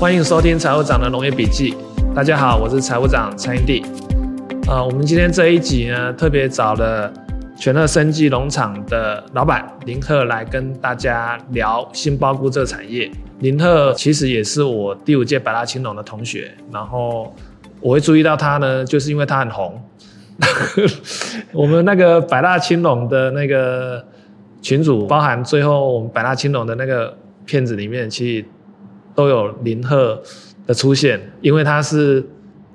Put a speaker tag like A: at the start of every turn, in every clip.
A: 欢迎收听财务长的农业笔记。大家好，我是财务长蔡英弟。啊、我们今天这一集呢，特别找了全乐生技农场的老板林鹤来跟大家聊杏鲍菇这个产业。林鹤其实也是我第五届百大青农的同学，然后我会注意到他呢，就是因为他很红。 我们那个百大青龙的那个群主，包含最后我们百大青龙的那个片子里面，其实都有林鹤的出现，因为他是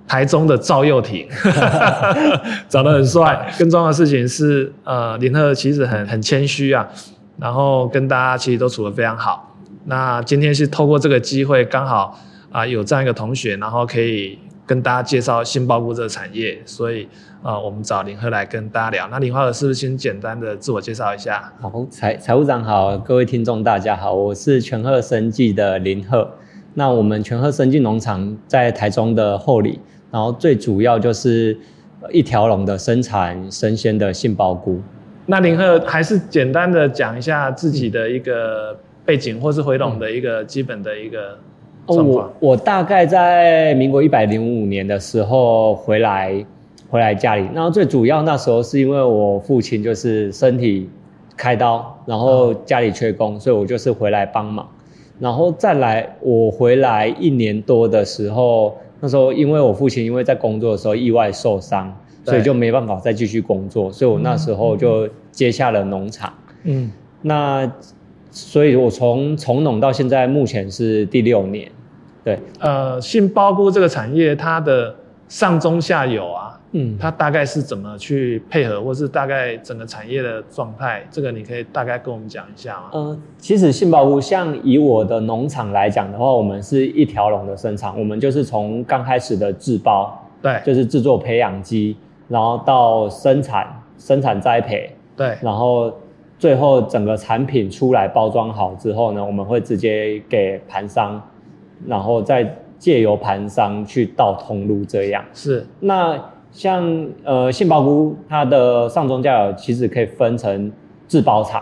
A: 台中的赵又廷， 长得很帅。更重要的事情是，呃，林鹤其实很很谦虚啊，然后跟大家其实都处得非常好。那今天是透过这个机会，刚好啊、有这样一个同学，然后可以跟大家介绍杏鲍菇这个产业，所以啊、我们找林鹤来跟大家聊。那林鹤是不是先简单的自我介绍一下？
B: 好，财财务长好，各位听众大家好，我是全鹤生技的林鹤。那我们全鹤生技农场在台中的后里，然后最主要就是呃一条龙的生产生鲜的杏鲍菇。
A: 那林鹤还是简单的讲一下自己的一个背景，或是回笼的一个基本的一个
B: 哦，
A: 状况
B: 我。我大概在民国一百零五年的时候回来，回来家里。然后最主要那时候是因为我父亲就是身体开刀，然
A: 嗯
B: 后家里缺工，所以我就是回来帮忙。然后再来，我回来一年多的时候，那时候因为我父亲因为在工作的时候意外受伤，
A: 对
B: 所以就没办法再继续工作，所以我那时候就接下了农场。
A: 嗯，
B: 那所以，我从从农到现在，目前是第六年。对，
A: 呃，杏鲍菇这个产业，它的上中下游啊，
B: 嗯，
A: 它大概是怎么去配合，或是大概整个产业的状态，这个你可以大概跟我们讲一下吗？
B: 呃，其实杏鲍菇像以我的农场来讲的话，我们是一条龙的生产，我们就是从刚开始的制包，
A: 对
B: 就是制作培养基，然后到生产、生产栽培，
A: 对，
B: 然后最后整个产品出来包装好之后呢，我们会直接给盘商，然后再借由盘商去到通路这样。
A: 是
B: 那像呃杏鲍菇，它的上中下游其实可以分成制包厂，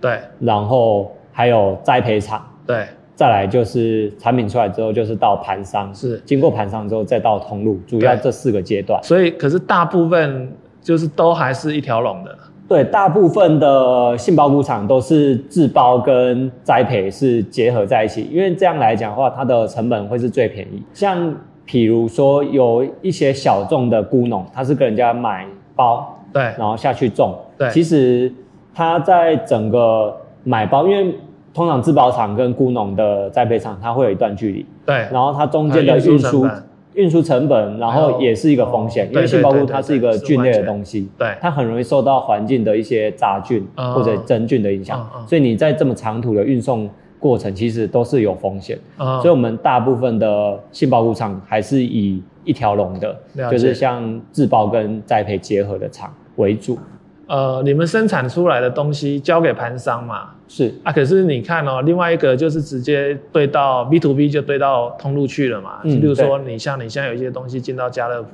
A: 对
B: 然后还有栽培厂，
A: 对
B: 再来就是产品出来之后就是到盘商，
A: 是，
B: 经过盘商之后再到通路，主要这四个阶段。
A: 所以可是大部分就是都还是一条龙的，
B: 对，大部分的杏鲍菇厂都是制包跟栽培是结合在一起，因为这样来讲的话，它的成本会是最便宜。像比如说有一些小众的菇农，他是跟人家买包，
A: 对
B: 然后下去种。
A: 对
B: 其实它在整个买包，因为通常制包厂跟菇农的栽培厂，它会有一段距离，
A: 对
B: 然后它中间的
A: 还有运
B: 运
A: 输
B: 输
A: 成本
B: 运输成本，然后也是一个风险，
A: 哦
B: 因为
A: 对
B: 杏鲍菇它
A: 对对对
B: 是一个菌类的东西，
A: 对
B: 它很容易受到环境的一些杂菌
A: 嗯
B: 或者真菌的影响
A: 嗯，嗯
B: 所以你在这么长途的运送过程，其实都是有风险。
A: 啊
B: 所以，我们大部分的杏鲍菇厂还是以一条龙的
A: 了，解
B: 就是像制包跟栽培结合的厂为主。
A: 呃，你们生产出来的东西交给盘商嘛？
B: 是，
A: 啊，可是你看哦，另外一个就是直接对到 B to B 就对到通路去了嘛。
B: 嗯
A: 例如说，你像你现在有一些东西进到家乐福，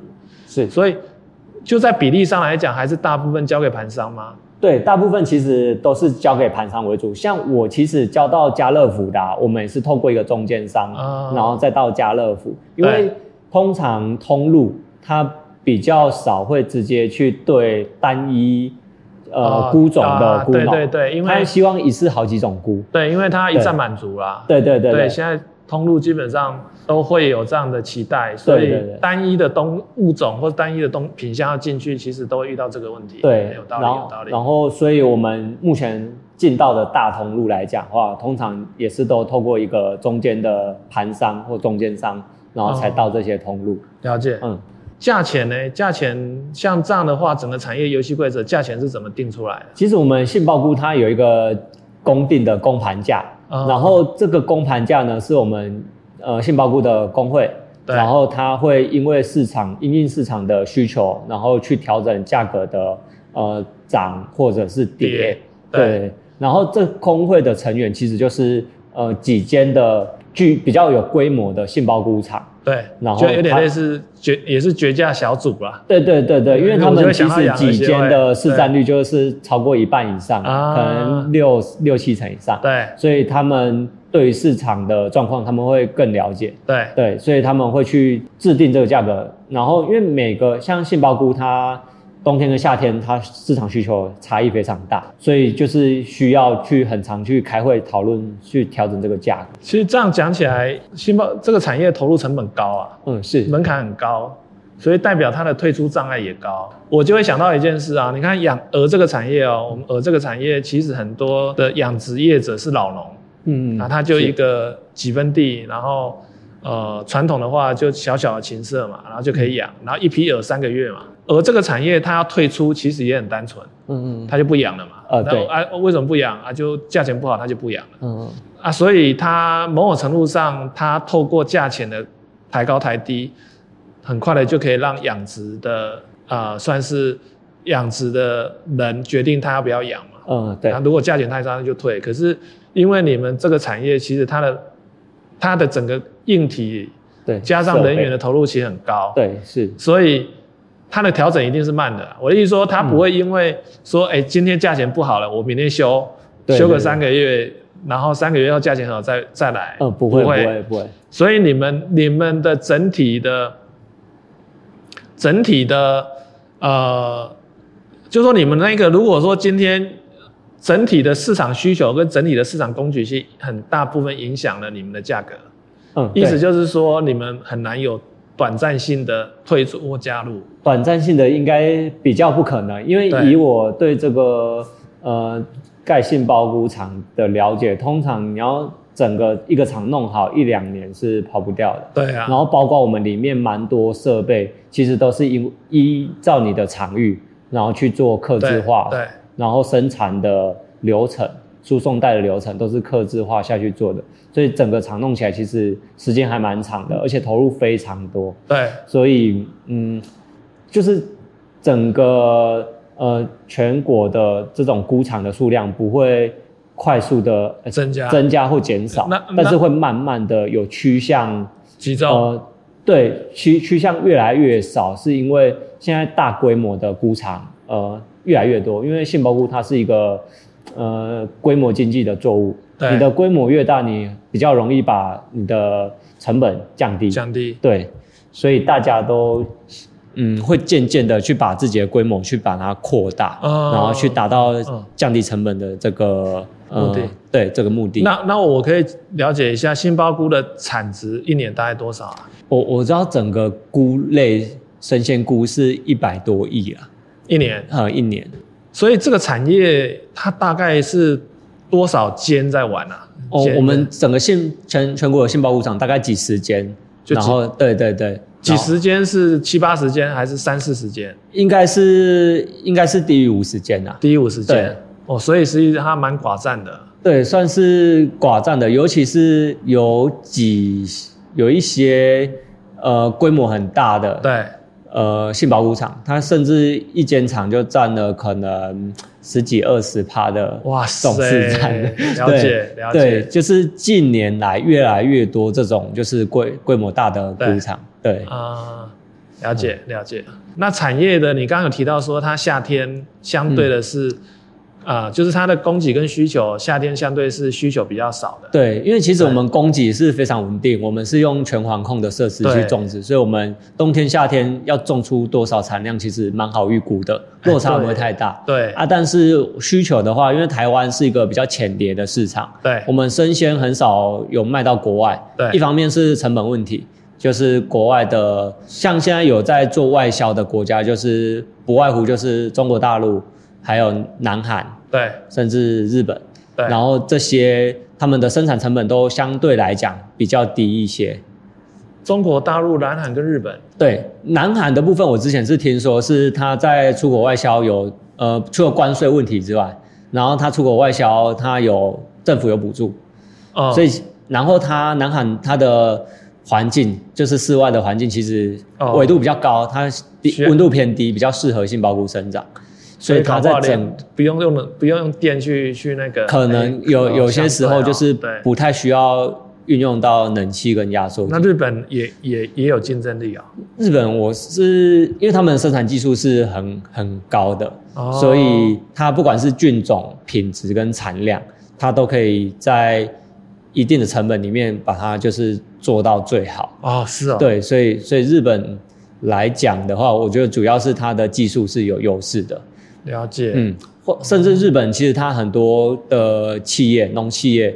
B: 是
A: 所以就在比例上来讲，还是大部分交给盘商吗？
B: 对，大部分其实都是交给盘商为主。像我其实交到家乐福的啊、我们也是透过一个中间商，
A: 啊
B: 然后再到家乐福，因
A: 对
B: 为通常通路它比较少会直接去对单一
A: 哦
B: 呃菇种
A: 啊
B: 的菇
A: 对
B: 农，
A: 对对，因
B: 他
A: 为
B: 希望一次好几种菇。
A: 对，因为它一站满足啦。
B: 对对对对，
A: 现在通路基本上都会有这样的期待，所
B: 对
A: 以
B: 对对
A: 单一的东物种或单一的东品相要进去，其实都会遇到这个问题。
B: 对，
A: 有道理，
B: 然
A: 有
B: 后
A: 道理。
B: 然后，所以我们目前进到的大通路来讲的话，通常也是都透过一个中间的盘商或中间商，然后
A: 哦
B: 才到这些通路。
A: 了解。
B: 嗯，
A: 价钱呢？价钱像这样的话，整个产业游戏规则价钱是怎么定出来的？
B: 其实我们杏鲍菇它有一个公定的公盘价，
A: 哦
B: 然后这个公盘价呢是我们呃杏鲍菇的工会。
A: 对
B: 然后它会因为市场因应市场的需求，然后去调整价格的呃涨或者是跌。
A: 跌对
B: 对，然后这工会的成员其实就是呃几间的具比较有规模的杏鲍菇厂。
A: 对，
B: 然后
A: 就有点
B: 它
A: 类似绝也是绝价小组啦。
B: 对对对对，因为
A: 嗯我
B: 他
A: 就
B: 们
A: 会
B: 其
A: 想到
B: 实
A: 养
B: 几
A: 一些
B: 间的
A: 会
B: 市占率就是超过一半以上，
A: 啊
B: 可能六六七成以上，
A: 对
B: 所以他们对于市场的状况他们会更了解，
A: 对
B: 对，所以他们会去制定这个价格。然后因为每个像杏鲍菇，它冬天跟夏天它市场需求差异非常大，所以就是需要去很常去开会讨论去调整这个价格。
A: 其实这样讲起来，新报这个产业投入成本高啊，
B: 嗯，是，
A: 门槛很高，所以代表它的退出障碍也高。我就会想到一件事啊，你看养鹅这个产业哦，我们鹅这个产业其实很多的养殖业者是老农，
B: 嗯
A: 那、他就是一个几分地，然后呃传统的话就小小的禽舍嘛，然后就
B: 嗯
A: 可以养，然后一批鹅三个月嘛。鹅这个产业它要退出其实也很单纯，
B: 嗯嗯
A: 它就不养了嘛。
B: 呃对
A: 然后啊为什么不养啊？就价钱不好，它就不养了。
B: 嗯嗯
A: 啊，所以它某种程度上，它透过价钱的抬高抬低，很快的就可以让养殖的啊、呃算是养殖的人决定他要不要养嘛。
B: 嗯，对
A: 那，如果价钱太差，那就退。可是因为你们这个产业，其实它的它的整个硬体
B: 对，
A: 加上人员
B: 设
A: 的投入其实很高，
B: 备，对，是，
A: 所以它的调整一定是慢的啊。我的意思说，它不
B: 嗯
A: 会因为说，哎、今天价钱不好了，我明天休，
B: 对
A: 休
B: 对
A: 个
B: 对
A: 三个月，然后三个月后价钱很好再再来。
B: 嗯，不会不会不会，
A: 所以你们你们的整体的整体的呃，就说你们那个，如果说今天整体的市场需求跟整体的市场供给是很大部分影响了你们的价格，
B: 嗯，
A: 意
B: 对
A: 思就是说你们很难有短暂性的退出或加入。
B: 短暂性的应该比较不可能，因为
A: 对
B: 以我对这个呃钙性包菇厂的了解，通常你要整个一个厂弄好一两年是跑不掉的。
A: 对
B: 然
A: 啊，
B: 后包括我们里面蛮多设备，其实都是依依照你的场域，然后去做客制
A: 对
B: 化，
A: 对
B: 然后生产的流程、输送带的流程都是客制化下去做的，所以整个厂弄起来其实时间还蛮长的，而且投入非常多。
A: 对
B: 所以嗯，就是整个呃全国的这种菇场的数量不会快速的
A: 增加
B: 增加或减少
A: 那那
B: 但是会慢慢的有趋向
A: 集中，
B: 呃对趋趋向越来越少，是因为现在大规模的菇场呃越来越多，因为杏鲍菇它是一个呃规模经济的作物。
A: 对
B: 你的规模越大，你比较容易把你的成本降低。
A: 降低。
B: 对，所以大家都嗯会渐渐的去把自己的规模去把它扩大，
A: 哦
B: 然后去达到
A: 嗯
B: 降低成本的这个、呃
A: 目的
B: 对这个目的。
A: 那那我可以了解一下杏鲍菇的产值一年大概多少啊？
B: 我我知道整个菇类生鲜菇是一百多亿啊，
A: 一年？
B: 呃，一年
A: 所以这个产业它大概是多少间在玩啊？
B: 哦
A: 间，
B: 我们整个信全全国有信包菇厂大概几十间，
A: 就
B: 然
A: 几
B: 后对对对，
A: 几十间是七八十间还是三四十间？
B: 应该是应该是低于五十间啊。
A: 低于五十
B: 对
A: 间哦，所以实际上它蛮寡占的。
B: 对，算是寡占的，尤其是有几有一些呃规模很大的
A: 对，
B: 呃杏鲍菇厂，它甚至一间厂就占了可能十几二十趴的
A: 哇
B: 总市
A: 塞
B: 占。，
A: 了解了
B: 对，
A: 解
B: 就是近年来越来越多这种就是规规模大的菇厂，对，
A: 啊、了
B: 嗯
A: 解了解。那产业的，你刚刚有提到说它夏天相对
B: 嗯
A: 的是啊、就是它的供给跟需求，夏天相对是需求比较少的。
B: 对，因为其实
A: 对
B: 我们供给是非常稳定，我们是用全环控的设施去
A: 对
B: 种植，所以我们冬天、夏天要种出多少产量，其实蛮好预估的，落差不会太大。
A: 对
B: 啊，但是需求的话，因为台湾是一个比较浅碟的市场，
A: 对
B: 我们生鲜很少有卖到国外。
A: 对
B: 一方面是成本问题，就是国外的，像现在有在做外销的国家，就是不外乎就是中国大陆，还有南韩，
A: 对
B: 甚至日本。
A: 对
B: 然后这些他们的生产成本都相对来讲比较低一些。
A: 中国大陆、南韩跟日本，
B: 对，南韩的部分，我之前是听说是他在出口外销有呃，除了关税问题之外，然后他出口外销，他有政府有补助，
A: 哦、
B: 所以然后它南韩它的环境就是室外的环境，其实
A: 哦
B: 纬度比较高，它低
A: 需要
B: 温度偏低，比较适合杏鲍菇生长，所以它
A: 搞不
B: 在
A: 好
B: 整
A: 连不用用不用用电去去那个，
B: 可能有
A: 哎
B: 有些时候就是
A: 对哦。
B: 不太需要运用到冷气跟压缩
A: 对
B: 机
A: 那。日本也也也有竞争力啊、
B: 日本我是因为他们的生产技术是很很高的，
A: 哦
B: 所以它不管是菌种、品质跟产量，它都可以在一定的成本里面把它就是做到最好。
A: 哦，是哦，，
B: 对，所以所以日本来讲的话，我觉得主要是它的技术是有优势的。
A: 了解，
B: 嗯，或甚至日本其实它很多的企业，农企业、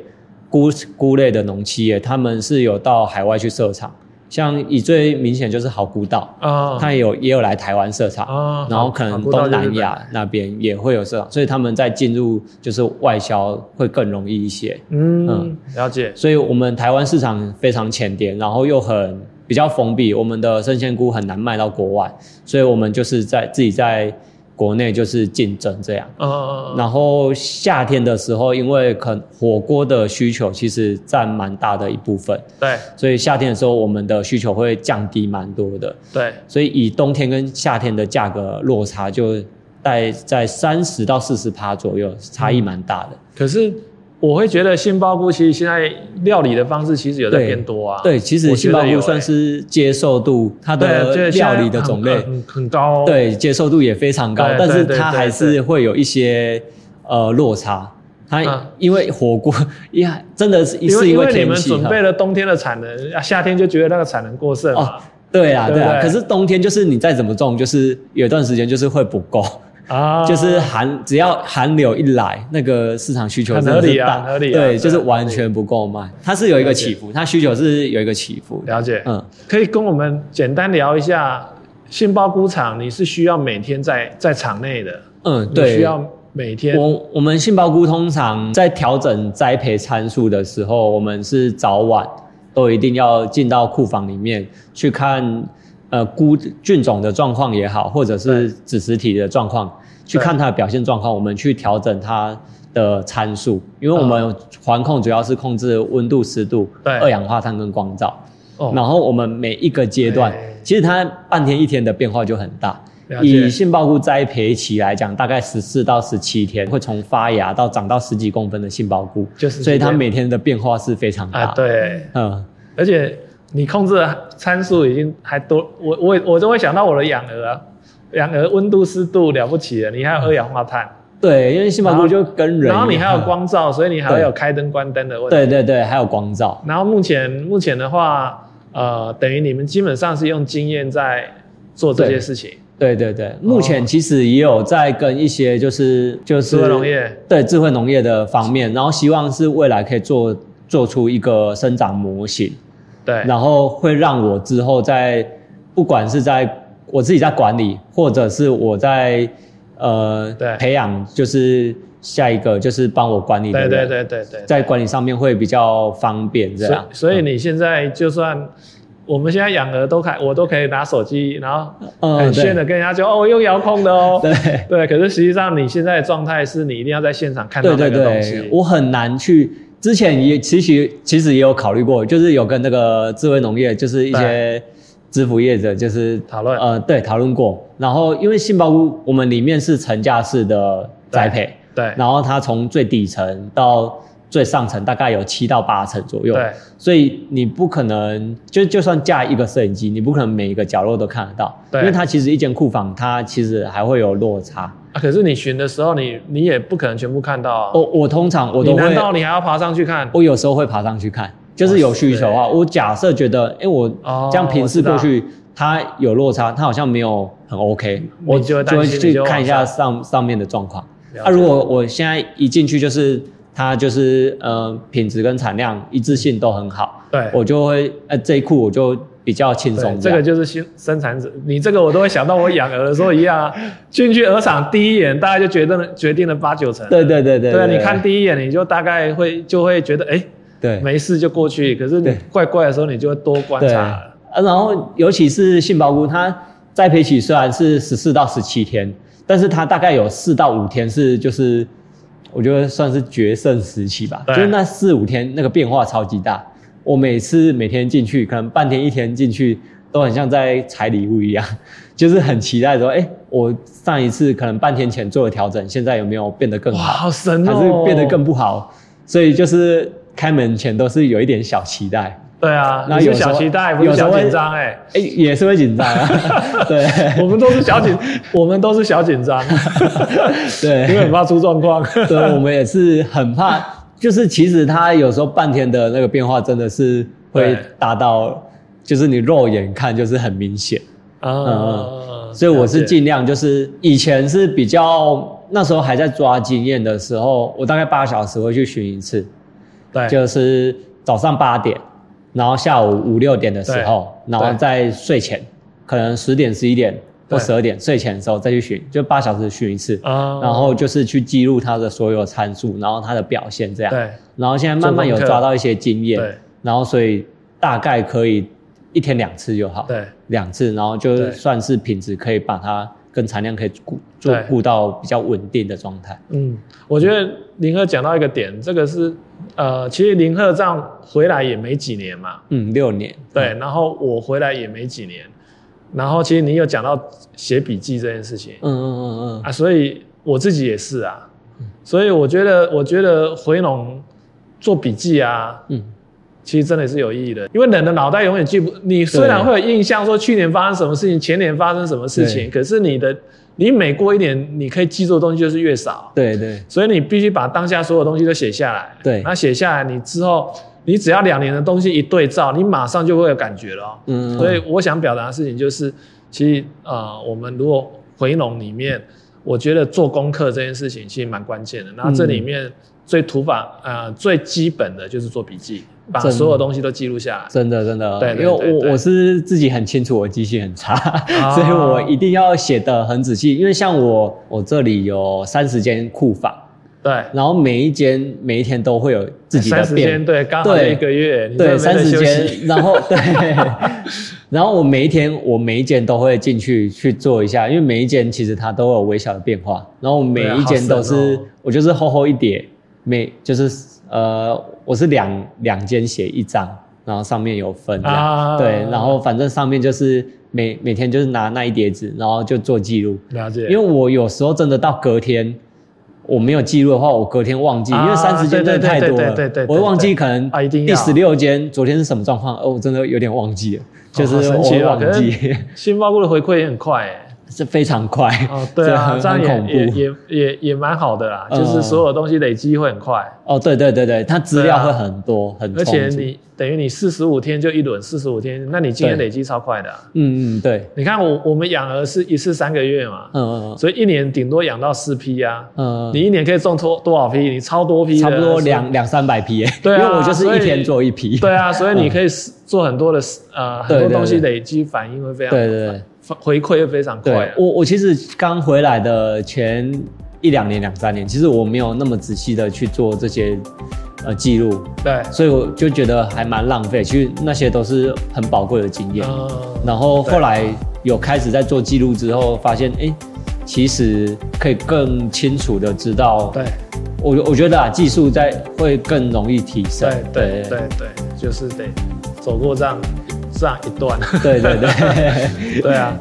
B: 菇菇类的农企业，他们是有到海外去设厂，像以最明显就是好古岛，
A: 啊，
B: 它也有也有来台湾设厂。
A: 啊，
B: 然后可
A: 好
B: 能
A: 好过到
B: 东
A: 日
B: 南
A: 本
B: 亚那边也会有设厂，所以他们在进入就是外销会更容易一些。
A: 嗯
B: 嗯，
A: 了解，
B: 所以我们台湾市场非常浅碟，然后又很比较封闭，我们的生鲜菇很难卖到国外，所以我们就是在自己在国内就是竞争这样。
A: 嗯，
B: 然后夏天的时候，因为可火锅的需求其实占蛮大的一部分，
A: 对
B: 所以夏天的时候我们的需求会降低蛮多的，
A: 对，
B: 所以以冬天跟夏天的价格落差就在在三十到四十趴左右，差异蛮大的。
A: 可是我会觉得杏鲍菇其实现在料理的方式其实有在
B: 对
A: 变多啊。
B: 对，其实
A: 我觉
B: 杏
A: 得
B: 鲍
A: 有
B: 菇
A: 欸
B: 算是接受度，它
A: 对
B: 的
A: 对
B: 料理
A: 现在
B: 的
A: 很
B: 种类，
A: 很很高哦。
B: 对接受度也非常高
A: 对，
B: 但是
A: 对对
B: 它
A: 对
B: 还
A: 对
B: 是会有一些呃落差。
A: 嗯
B: 它因为火锅 呀，真的是
A: 因
B: 是
A: 为因为你
B: 天
A: 们
B: 气
A: 准
B: 哈
A: 备了冬天的产能，啊夏天就觉得那个产能过剩嘛。
B: 对啊，
A: 对不
B: 对啊，
A: 对
B: 可是冬天就是你再怎么种，就是有一段时间就是会不够，
A: 啊，
B: 就是寒只要寒流一来，那个市场需求真的
A: 很合理
B: 是
A: 啊
B: 大，
A: 很合理啊对
B: 对，就是
A: 很合
B: 完
A: 理
B: 全不够卖。它是有一个
A: 了解
B: 起伏，它需求是有一个起伏的。
A: 了解。
B: 嗯，
A: 可以跟我们简单聊一下杏鲍菇厂，你是需要每天在在场内的，
B: 嗯，
A: 你
B: 对，
A: 需要每天
B: 我我们杏鲍菇通常在调整栽培参数的时候，我们是早晚都一定要进到库房里面去看，呃，菇菌种的状况也好，或者是子实体的状况，去看它的表现状况，我们去调整它的参数，因为我们环控主要是控制温度、湿度、
A: 嗯对
B: 二氧化碳跟光照。
A: 哦
B: 然后我们每一个阶段
A: 对，
B: 其实它半天一天的变化就很大
A: 了。解
B: 以杏鲍菇栽培期来讲，大概十四到十七天，会从发芽到长到十几公分的杏鲍菇，
A: 就是
B: 所以它
A: 这边
B: 每天的变化是非常大。
A: 啊，，对，
B: 嗯，
A: 而且你控制的参数已经还多，我我我就会想到我的养鹅啊，养鹅温度湿度了不起了，你还有二氧化碳，
B: 对，因为杏鲍
A: 然后
B: 菇就跟人一样，
A: 然后你还有光照，所以你还会
B: 对
A: 有开灯关灯的问题。
B: 对对对，还有光照，
A: 然后目前目前的话，呃，等于你们基本上是用经验在做这些事情，
B: 对对对。目前其实也有在跟一些就是就是
A: 智慧农业
B: 对智慧农业的方面，然后希望是未来可以做做出一个生长模型。
A: 对，
B: 然后会让我之后在不管是在我自己在管理，或者是我在呃
A: 对
B: 培养，就是下一个就是帮我管理的
A: 对
B: 人，
A: 对对对对，
B: 在管理上面会比较方便这
A: 所
B: 样
A: 以。所以你现在就算。我们现在养鹅都可，我都可以拿手机，然后
B: 嗯
A: 很炫
B: 对
A: 的跟人家说、哦，我用遥控的哦。
B: 对
A: 对，可是实际上你现在的状态是你一定要在现场看到
B: 对
A: 那
B: 对
A: 个东西。
B: 对，我很难去。之前也其实其实也有考虑过，就是有跟那个智慧农业，就是一些支付业者，就是
A: 讨论
B: 呃，对，讨论过。然后因为杏鲍菇，我们里面是层架式的栽培，
A: 对
B: 然后它从最底层到最上层大概有七到八层左右，
A: 对，
B: 所以你不可能就就算架一个摄影机，你不可能每一个角落都看得到，
A: 对
B: 因为它其实一间库房它其实还会有落差。
A: 啊，可是你巡的时候你，你也不可能全部看到啊。
B: 我我通常哦我
A: 你
B: 都
A: 难
B: 会，
A: 道你还要爬上去看？
B: 我有时候会爬上去看，就是有需求的
A: 哇
B: 话，
A: 塞
B: 我假设觉得，哎，我
A: 哦
B: 这样平视过
A: 我
B: 去，它有落差，它好像没有很 OK，
A: 你
B: 我
A: 就会
B: 就
A: 担
B: 会
A: 心
B: 去
A: 你就
B: 看一下
A: 往
B: 上上面的状况。
A: 了
B: 啊，
A: 解
B: 如果我现在一进去就是它就是呃品质跟产量一致性都很好，
A: 对，
B: 我就会呃这一库我就比较轻
A: 对
B: 松
A: 这
B: 样
A: 个就是新生产者，你这个我都会想到我养鹅的时候一样啊。进去鹅场第一眼，大概就决定了决定了八九成。
B: 对对对对
A: 对啊，你看第一眼你就大概会就会觉得哎、
B: 对
A: 没事就过去，可是你
B: 对
A: 怪怪的时候你就会多观
B: 对
A: 察了。
B: 啊，然后尤其是杏鲍菇，它栽培期虽然是十四到十七天，但是它大概有四到五天是就是我觉得算是决胜时期吧，
A: 对
B: 就是那四五天那个变化超级大。我每次每天进去，可能半天一天进去，都很像在采礼物一样， 就是很期待说，哎、我上一次可能半天前做的调整，现在有没有变得更
A: 哇，
B: 好？
A: 好神
B: 还
A: 哦！
B: 是变得更不好？所以就是开门前都是有一点小期待。
A: 对啊，
B: 那
A: 你是
B: 有时
A: 小
B: 候
A: 期待，不是
B: 有时
A: 小
B: 候
A: 紧
B: 会
A: 张哎、
B: 哎、也是会紧张 啊，对
A: 我们都是小 紧，我们都是小紧张，因为
B: 对
A: 很怕出状况。
B: 对，我们也是很怕就是其实它有时候半天的那个变化真的是会
A: 对
B: 大到，就是你肉眼看就是很明显。
A: 啊，
B: 嗯所以我是
A: 了解
B: 尽量就是以前是比较那时候还在抓经验的时候，我大概八个小时会去巡一次，
A: 对，
B: 就是早上八点，然后下午五六点的时候，
A: 对
B: 然后在睡前，可能十点十一点
A: 对
B: 或十二点睡前的时候再去巡，就八小时巡一次，
A: 啊
B: 然后就是去记录它的所有参数，然后它的表现这样。
A: 对
B: 然后现在慢慢有
A: 做功课
B: 抓到一些经验
A: 对，
B: 然后所以大概可以一天两次就好。
A: 对
B: 两次，然后就
A: 对
B: 算是品质可以把它跟产量可以顾做
A: 对
B: 顾到比较稳定的状态。
A: 嗯，我觉得林鹤讲到一个点，这个是呃，其实林鹤这样回来也没几年嘛，
B: 嗯，六年。
A: 对，然后我回来也没几年，然后其实你有讲到写笔记这件事情
B: 嗯，嗯嗯嗯
A: 啊，所以我自己也是啊，所以我觉得我觉得回农做笔记啊，
B: 嗯
A: 其实真的是有意义的，因为人的脑袋永远记不。你虽然
B: 对
A: 会有印象说去年发生什么事情，前年发生什么事情，可是你的你每过一年，你可以记住的东西就是越少，
B: 对对
A: 所以你必须把当下所有东西都写下来。
B: 对
A: 那写下来，你之后你只要两年的东西一对照，你马上就会有感觉了哦、
B: 嗯，嗯
A: 所以
B: 嗯
A: 我想表达的事情就是，其实呃，我们如果回笼里面，我觉得做功课这件事情其实蛮关键的。那这里面最土法呃最基本的就是做笔记，把
B: 真的
A: 所有东西都记录下来。
B: 真的真的，
A: 对对
B: 因为
A: 对对啊
B: 我我是自己很清楚我记性 很差，所以我一定要写的很仔细。因为像我我这里有三十间库房，
A: 对，
B: 然后每一间每一天都会有自己
A: 哎三
B: 的
A: 十
B: 变
A: 天对，刚好
B: 对
A: 一个月，你真
B: 对，
A: 的
B: 三
A: 没
B: 十
A: 得休息
B: 间，然后对， 然后我每一天，我每一间都会进去去做一下，因为每一间其实它都有微小的变化，然后我每一间
A: 对啊
B: 都
A: 好
B: 是，
A: 神哦
B: 我就是厚厚一叠，每就是呃，我是两两间写一张，然后上面有分这样，
A: 啊，
B: 对，然后反正上面就是每每天就是拿那一叠纸，然后就做记录，
A: 了解，
B: 因为我有时候真的到隔天。我没有记录的话，我隔天忘记，因为
A: 啊
B: 三十间真的太多
A: 对
B: 了，
A: 对对对对对
B: 我会忘记可能
A: 啊一定
B: 第
A: 要
B: 十六间昨天是什么状况，哦，我真的有点忘记了，就是
A: 好
B: 我
A: 神奇
B: 会
A: 哦
B: 忘
A: 可
B: 记，
A: 是新报部的回馈也很快哎。
B: 是非常快，
A: 哦，对啊，这
B: 这很
A: 样
B: 很恐
A: 也也
B: 怖，
A: 也也也蛮好的啦，
B: 嗯
A: 就是所有东西累积会很快，
B: 哦，对对对对，它资料
A: 对
B: 会
A: 啊
B: 很多，很
A: 而且
B: 充足
A: 你等于你四十五天就一轮，四十五天，那你今天
B: 对
A: 累积超快的啊、
B: 嗯嗯对，
A: 你看我我们养鹅是一次三个月嘛，
B: 嗯嗯
A: 所以一年顶多养到四批啊。
B: 嗯，
A: 你一年可以种多多少批？你超多批的，
B: 差不多
A: 是
B: 两两三百批耶，
A: 对啊
B: 因为我就是
A: 所
B: 一
A: 以
B: 天做一批，嗯
A: 对啊，所以你可以做很多的呃很
B: 对
A: 多
B: 对
A: 东西
B: 对
A: 累积，反应会非常
B: 对对对。
A: 回馈会非常快
B: 对
A: 啊。
B: 我，我其实刚回来的前一两年、两三年，其实我没有那么仔细的去做这些呃记录，
A: 对，
B: 所以我就觉得还蛮浪费。其实那些都是很宝贵的经验。
A: 嗯
B: 然后后来有开始在做记录之后，发现哎、诶其实可以更清楚的知道。
A: 对
B: 我我觉得啊，技术在会更容易提升。
A: 对对对对，就是得走过这样这样一段。
B: 对对对
A: 对啊，